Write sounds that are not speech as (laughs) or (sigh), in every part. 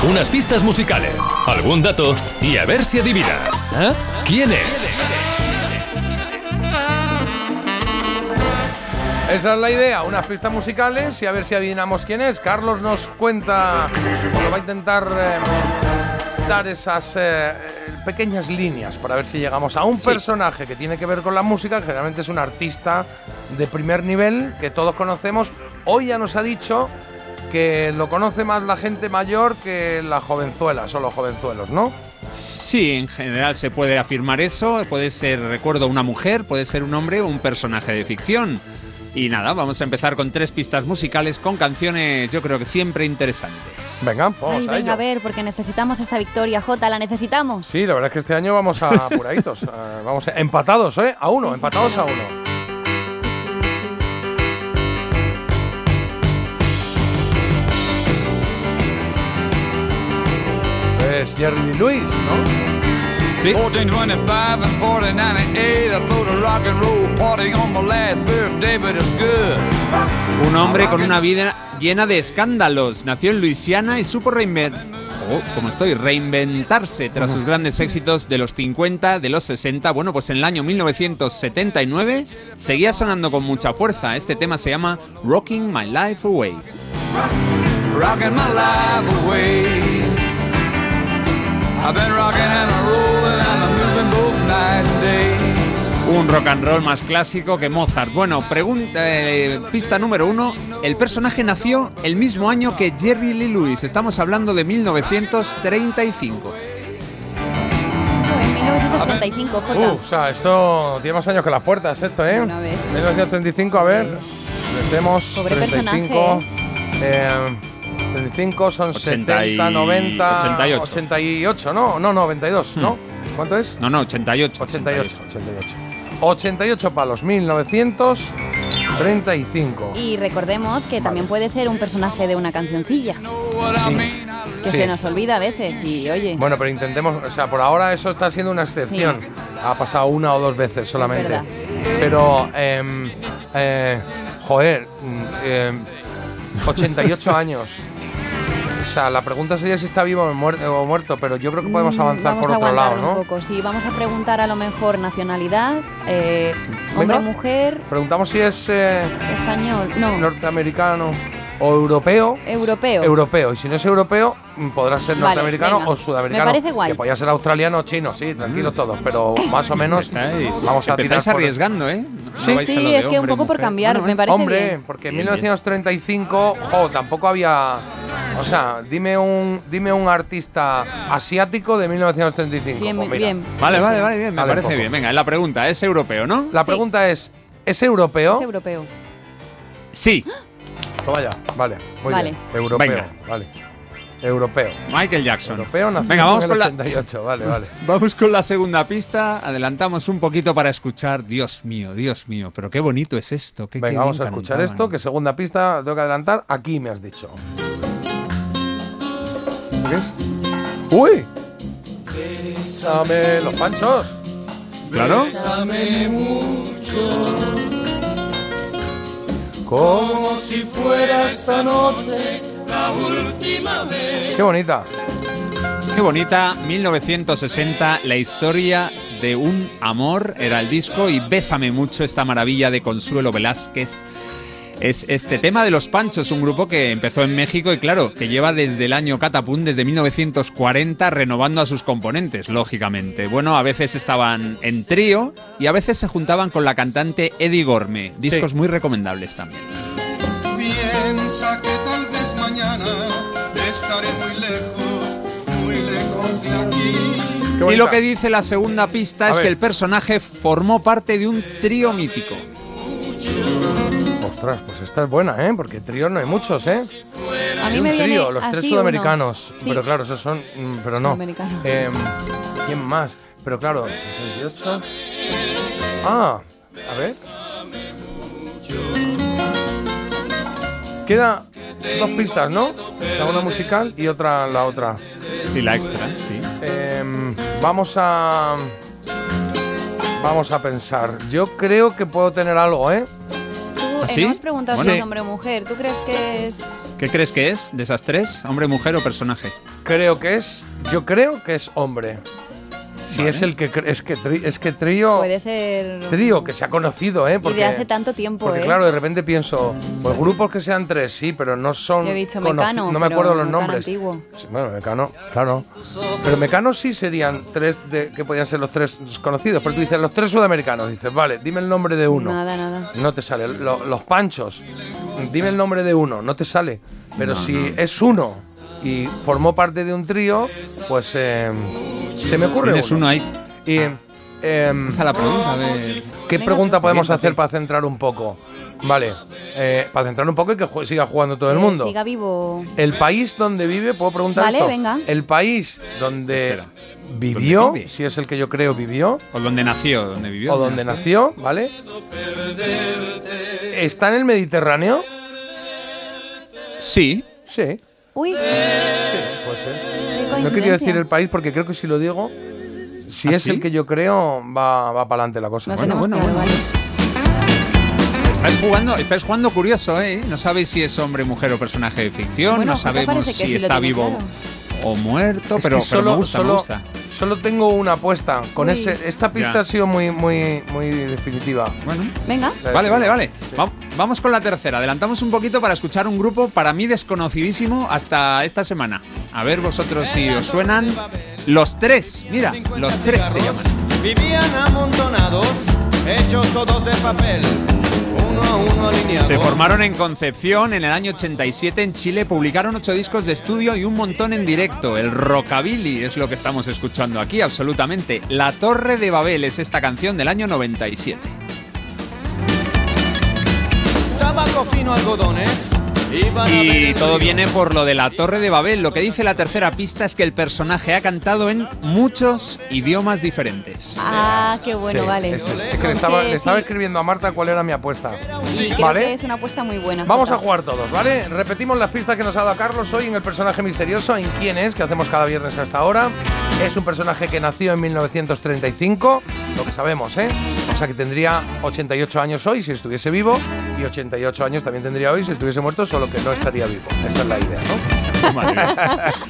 algunas pistas musicales, algún dato y a ver si adivinas. ¿Eh? ¿Quién es? Esa es la idea, unas pistas musicales y ¿eh? a ver si adivinamos quién es. Carlos nos cuenta, bueno, va a intentar eh, dar esas eh, pequeñas líneas para ver si llegamos a un Sí. personaje que tiene que ver con la música. que Generalmente es un artista de primer nivel que todos conocemos. Hoy ya nos ha dicho que lo conoce más la gente mayor que las jovenzuelas o los jovenzuelos, ¿no? Sí, en general se puede afirmar eso. Puede ser, recuerdo, una mujer, puede ser un hombre o un personaje de ficción. Y nada, vamos a empezar con tres pistas musicales con canciones, yo creo que siempre interesantes. Venga, vamos Ay, a venga, ello. a ver, porque necesitamos esta victoria, Jota, la necesitamos. Sí, la verdad es que este año vamos a apuraditos. eh, vamos a- empatados, ¿eh? A uno, empatados a uno. Esto Es Jerry Lewis, ¿no? 1425 and 1498, I threw the rock and roll party on my last birthday, but it's good. Un hombre con una vida llena de escándalos. Nació en Luisiana y supo reinventar. como estoy, reinventarse tras sus grandes éxitos de los 50, de los 60. Bueno, pues en el año 1979 seguía sonando con mucha fuerza. Este tema se llama Rocking My Life Away. Rocking my life away. I've been rocking and a rolling and I'm moving both night and day. Un rock and roll más clásico que Mozart. Bueno, pregunta, eh, pista número uno. El personaje nació el mismo año que Jerry Lee Lewis. Estamos hablando de 1935. En 1935, Jota. Uh, o sea, esto tiene más años que las puertas, esto, ¿eh? Una vez. 1935, a ver. Metemos Pobre 35. eh, 35 son 80 y- 70, 90, 88. 88, ¿no? No, no, 92, ¿no? ¿Cuánto es? No, no, 88. 88, 88. 88 palos, 1935. Y recordemos que también puede ser un personaje de una cancioncilla, What I Sí. mean, I que Sí. se nos olvida a veces y oye, Bueno, pero intentemos, o sea, por ahora eso está siendo una excepción. Sí. Ha pasado una o dos veces solamente. verdad. Pero, em, eh, joder, mm, em, (laughs) 88 años. O sea, la pregunta sería si está vivo o muer- o muerto, pero yo creo que podemos mm, avanzar vamos por a otro lado, aguantar ¿no? Un poco. Sí, vamos a preguntar a lo mejor nacionalidad, eh, Venga. hombre, mujer, Preguntamos si es eh, español, no, norteamericano o europeo. europeo. Europeo. Y si no es europeo, mm, podrá ser Vale, norteamericano venga. o sudamericano. Me parece guay. Que podía ser australiano o chino, sí, tranquilos todos. Pero más o menos Mm. (laughs) Estáis- vamos a tirar Empezáis por- arriesgando, ¿eh? Sí. vais a Sí, lo de es que un hombre, poco por mujer. cambiar, me parece Hombre, bien. porque en Bien, bien. 1935, jo, tampoco había... O sea, dime un, dime un artista asiático de 1935. Bien, Pues mira, bien. Vale, vale, vale, bien, me Vale, un parece poco. bien. Venga, la pregunta, ¿es europeo, no? La Sí. pregunta es, ¿es europeo? Es europeo. Sí, Toma ya, vale, muy Vale. bien. Europeo, Venga. vale. Europeo. Michael Jackson. Europeo nacido Venga, vamos en el con, la, 88, vale, vale. vamos con la segunda pista. Adelantamos un poquito para escuchar. Dios mío, Dios mío, pero qué bonito es esto. qué- qué Venga, bien vamos a escuchar cantaban. esto, que segunda pista tengo que adelantar. Aquí me has dicho. ¿Qué es? ¡Uy! Bésame los panchos. Claro. Como si fuera esta noche la última vez. Qué bonita. Qué bonita, 1960, la historia de un amor era el disco y Bésame mucho, esta maravilla de Consuelo Velázquez. Es este tema de los Panchos, un grupo que empezó en México y claro, que lleva desde el año Catapún, desde 1940, renovando a sus componentes, lógicamente. Bueno, a veces estaban en trío y a veces se juntaban con la cantante Eddie Gorme. Discos muy recomendables también. Piensa que tal vez mañana estaré muy lejos, muy lejos de aquí. Qué Y lo bonita. que dice la segunda pista A es ver. que el personaje formó parte de un trío mítico. Ostras, pues esta es buena, ¿eh? Porque tríos no hay muchos, ¿eh? A mí Hay me un viene trío, los tres así sudamericanos. uno. Sí. Pero claro, esos son. mm, Pero no. Sudamericanos. Em, ¿Quién más? Pero claro, 68. Ah, a ver. Queda dos pistas, ¿no? La una musical y otra la otra. Sí, la extra, sí. Em, vamos a. Vamos a pensar. Yo creo que puedo tener algo, ¿eh? Tú tú, ¿Ah, eh, sí? no hemos preguntado si Bueno. es hombre o mujer. ¿Tú crees que es...? ¿Qué crees que es de esas tres? ¿Hombre, mujer o personaje? Creo que es. Yo creo que es hombre. Si Vale. es el que. cre- Es que, tri- es que trío. Puede ser... Trío que se ha conocido, ¿eh? Y Porque, de hace tanto tiempo, porque ¿eh? claro, de repente pienso. Pues grupos que sean tres, sí, pero no son. Yo he dicho conoci- Mecano, No me acuerdo pero los Mecano nombres. antiguo. Sí, bueno, Mecano, claro. Pero Mecano sí serían tres de, que podían ser los tres conocidos. Pero tú dices, los tres sudamericanos. Dices, vale, dime el nombre de uno. Nada, nada. No te sale. Lo- los panchos. Dime el nombre de uno, no te sale. Pero si es uno y formó parte de un trío, pues eh, se me ocurre Tienes uno ahí. Y, em, Haz la pregunta. a ver. ¿Qué Venga, pregunta podemos Oriéntate. hacer para centrar un poco? Vale, eh, para centrar un poco y que jue- siga jugando todo el Que mundo. Eh, Siga vivo. El país donde vive, puedo preguntar Vale, esto? venga. El país donde Espera. vivió, ¿Dónde vive? si es el que yo creo vivió, O donde nació, donde vivió. o donde nació, ¿vale? ¿Está en el Mediterráneo? Sí. Sí. Uy, Puede ser. qué No quería coincidencia. decir el país porque creo que si lo digo, si ¿Ah, es sí? el que yo creo, va, va para adelante la cosa. Lo Bueno, tenemos bueno, claro, bueno. vale. Estáis jugando, estáis jugando curioso, ¿eh? No sabéis si es hombre, mujer o personaje de ficción. Bueno, no Jota sabemos parece si que sí lo está tiene vivo claro. o muerto, Es pero, que pero me gusta, me solo- gusta. solo tengo una apuesta. Con Uy. ese, esta pista Ya. ha sido muy, muy, muy definitiva. Bueno. Venga. La Vale, vale, definitiva. vale. Va- vamos con la tercera. Adelantamos un poquito para escuchar un grupo para mí desconocidísimo hasta esta semana. A ver vosotros si os suenan. Los tres, mira, los tres se llaman. Vivían amontonados, hechos todos de papel, uno a uno alineados. Se formaron en Concepción en el año 87 en Chile, publicaron ocho discos de estudio y un montón en directo. El rockabilly es lo que estamos escuchando aquí, absolutamente. La Torre de Babel es esta canción del año 97. Tabaco fino, algodones. iban a ver Y el todo río. viene por lo de la Torre de Babel. Lo que dice la tercera pista es que el personaje ha cantado en muchos idiomas diferentes. Ah, qué bueno, Sí, vale. es- es que le estaba, Porque le estaba sí, escribiendo a Marta cuál era mi apuesta. Y creo que ¿Vale? es una apuesta muy buena. Vamos a Jota. jugar todos, ¿vale? Repetimos las pistas que nos ha dado Carlos hoy en el personaje misterioso, en quién es, que hacemos cada viernes hasta ahora. Es un personaje que nació en 1935, lo que sabemos, ¿eh? O sea que tendría 88 años hoy si estuviese vivo y 88 años también tendría hoy si estuviese muerto, solo que no estaría vivo. Esa es la idea, ¿no? (laughs)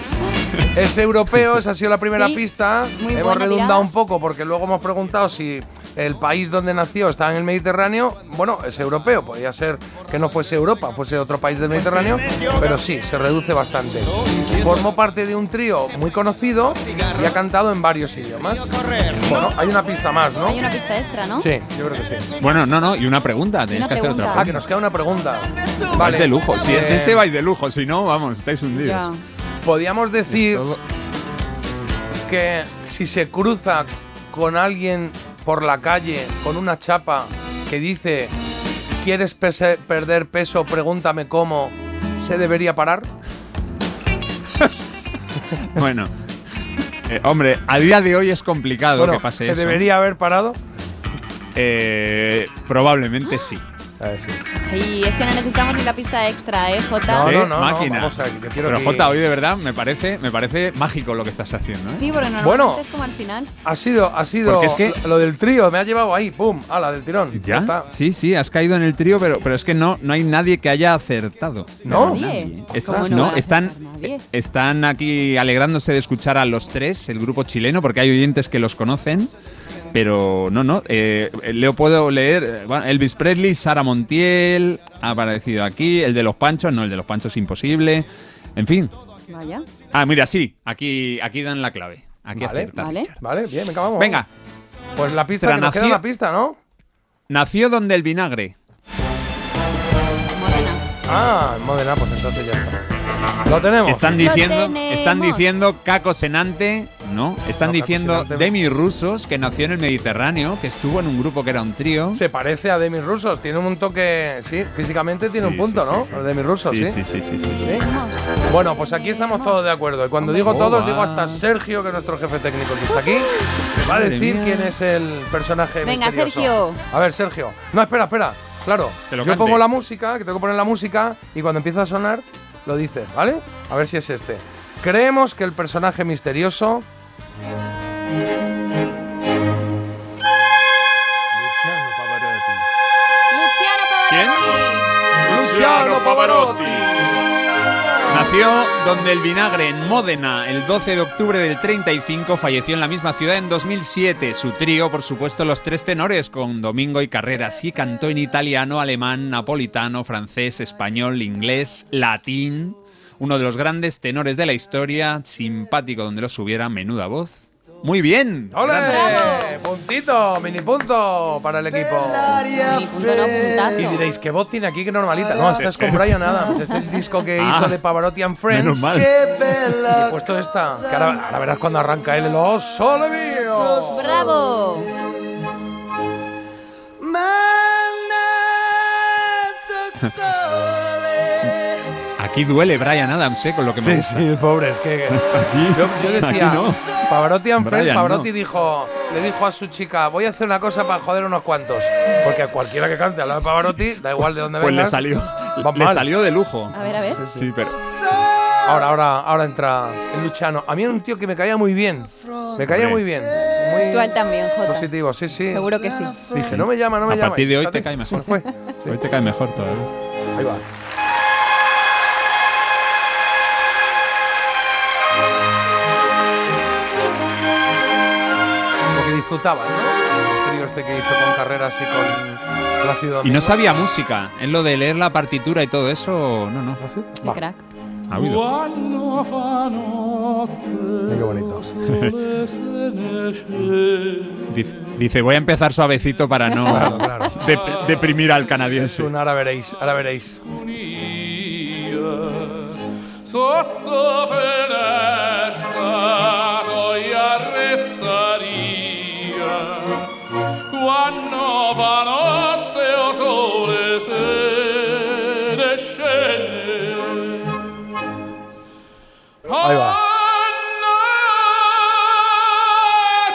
Es europeo, esa ha sido la primera Sí, pista. muy hemos buena redundado tirada. un poco porque luego hemos preguntado si el país donde nació está en el Mediterráneo. Bueno, es europeo, podría ser que no fuese Europa, fuese otro país del Mediterráneo, pero sí, se reduce bastante. Formó parte de un trío muy conocido y ha cantado en varios idiomas. Bueno, hay una pista más, ¿no? Hay una pista extra, ¿no? Sí, yo creo que sí. Bueno, no, no, y una pregunta, tenéis Una que hacer otra pregunta. Ah, que pregunta. nos queda una pregunta. Vais de lujo, Ah, si es Eh, ese vais de lujo, si no, vamos, estáis Ya. hundidos. Podríamos decir Todo- que si se cruza con alguien por la calle con una chapa que dice ¿Quieres pese- perder peso? Pregúntame cómo. ¿Se debería parar? Bueno, Eh, hombre, a día de hoy es complicado Bueno, que pase ¿se eso. debería haber parado? Eh, probablemente sí. Y es que no necesitamos ni la pista extra, ¿eh, Jota? Ah, No, ¿Qué no, no, máquina. no, vamos a ver, yo quiero Pero que- Jota, hoy de verdad me parece, me parece mágico lo que estás haciendo. ¿eh? Sí, porque normalmente Bueno. es como al final. Ha sido, ha sido Porque es que- lo del trío, me ha llevado ahí, pum, a la del tirón. ¿Ya? está. Sí, sí, has caído en el trío, pero, pero es que no, no hay nadie que haya acertado. No. Pero Nadie. ¿Cómo Está- no no, va a están, acertar nadie? eh, están aquí alegrándose de escuchar a los tres, el grupo chileno, porque hay oyentes que los conocen. Pero no, no. eh, Leo puedo leer. eh, bueno, Elvis Presley, Sara Montiel, ha aparecido aquí. El de los Panchos, no, el de los Panchos imposible. En fin. Vaya. Ah, mira, sí. Aquí, aquí dan la clave. Aquí Vale. acertan. Vale. Vale, bien, venga, vamos. Venga, Pues la pista, que nos queda Nació- la pista, ¿no? nació donde el vinagre. Modena. Ah, en Modena, pues entonces ya está. Lo tenemos. Están Lo diciendo, están tenemos. diciendo Caco Senante, no, están No, Caco diciendo Senante. Demi Rusos, que nació en el Mediterráneo, que estuvo en un grupo que era un trío. Se parece a Demi Russo, tiene un toque, sí, físicamente tiene Sí, un punto, sí, ¿no? sí, sí. El Demi Russo, sí. sí, sí, sí, sí, sí. Vamos. Bueno, pues aquí estamos todos de acuerdo. Y cuando digo Oh, todos, va. digo hasta Sergio, que es nuestro jefe técnico que está aquí, que va a Madre decir mía. quién es el personaje Venga, misterioso. Sergio. A ver, Sergio. No, espera, espera. Claro, Que yo lo cante. pongo la música, que tengo que poner la música, y cuando empieza a sonar, lo dices, ¿vale? A ver si es este. Creemos que el personaje misterioso Luciano Pavarotti. ¿Quién? Luciano Pavarotti. Nació donde el vinagre, en Módena, el 12 de octubre del 35, falleció en la misma ciudad en 2007. Su trío, por supuesto, los tres tenores, con Domingo y Carreras, y cantó en italiano, alemán, napolitano, francés, español, inglés, latín. Uno de los grandes tenores de la historia, simpático donde los hubiera, menuda voz. Muy bien. ¡Ole! Puntito, mini punto para el equipo. Ni punto, no, puntazo. Y diréis, ¿qué voz tiene aquí que normalita? No, estás con Brian Adams. Es el disco que Ah. hizo de Pavarotti and Friends. Menos mal. Y he puesto esta. Que ahora, ahora verás cuando arranca él. ¡Los solo mío! ¡Bravo! (laughs) Aquí duele Brian Adams, ¿eh? Con lo que me Sí, gusta. sí, pobre, es que. Aquí, Yo, yo decía, aquí no. Pavarotti and Friends, Brian, Pavarotti no. dijo, le dijo a su chica, voy a hacer una cosa para joder unos cuantos. Porque a cualquiera que cante al lado de Pavarotti, da igual de dónde Pues venga. le salió, va le mal. salió de lujo. A ver, a ver. Sí, pero Ahora, ahora, ahora entra el Luchano. A mí era un tío que me caía muy bien. Me caía Hombre. muy bien. Muy Tú a él también, Jota. positivo, sí, sí. Seguro que sí. Dije, no me llama, no me A llama. partir de hoy Fíjate, te cae mejor. se nos fue. Sí, hoy te cae mejor todavía. ahí va. Porque disfrutaba, ¿no? El trío este que hizo con carreras y con la ciudad. Y no sabía música. En lo de leer la partitura y todo eso, no, no. ¿Ah, sí? Qué Va, crack. Ha habido. mira qué bonito. Dice, dice, voy a empezar suavecito para no (laughs) Claro, claro. dep- deprimir al Es canadiense. un ahora veréis, ahora veréis. Sotto finestra toia restaria quando fa notte o sole se ne scende. Ahí va. Anna,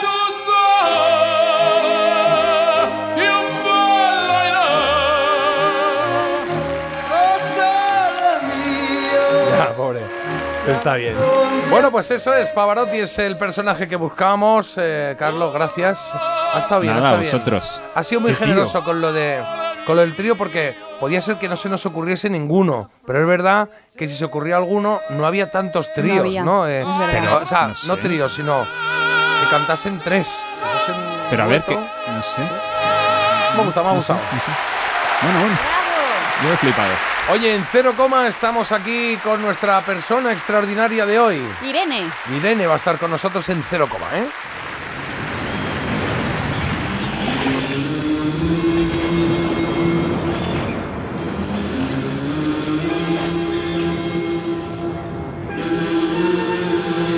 tu sola, più bella in aria. (laughs) Ya, Ah, pobre. Está bien. Bueno, pues eso es. Pavarotti es el personaje que buscábamos. Eh, Carlos, gracias. Ha estado bien. Nada, ha estado bien. vosotros. Ha sido muy Qué tío. generoso con lo, de, con lo del trío porque podía ser que no se nos ocurriese ninguno. Pero es verdad que si se ocurría alguno, no había tantos tríos, había. ¿no? Eh, Es verdad. pero, o sea, no, No sé. tríos, sino que cantasen tres. Si fuesen Pero a ver qué. cuatro, No sé. Me ha gustado, me ha gustado. Bueno, bueno. Yo he flipado. Oye, en cero coma estamos aquí con nuestra persona extraordinaria de hoy. Irene, Irene va a estar con nosotros en cero coma, ¿eh?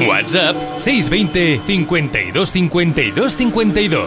WhatsApp 620 52 52 52.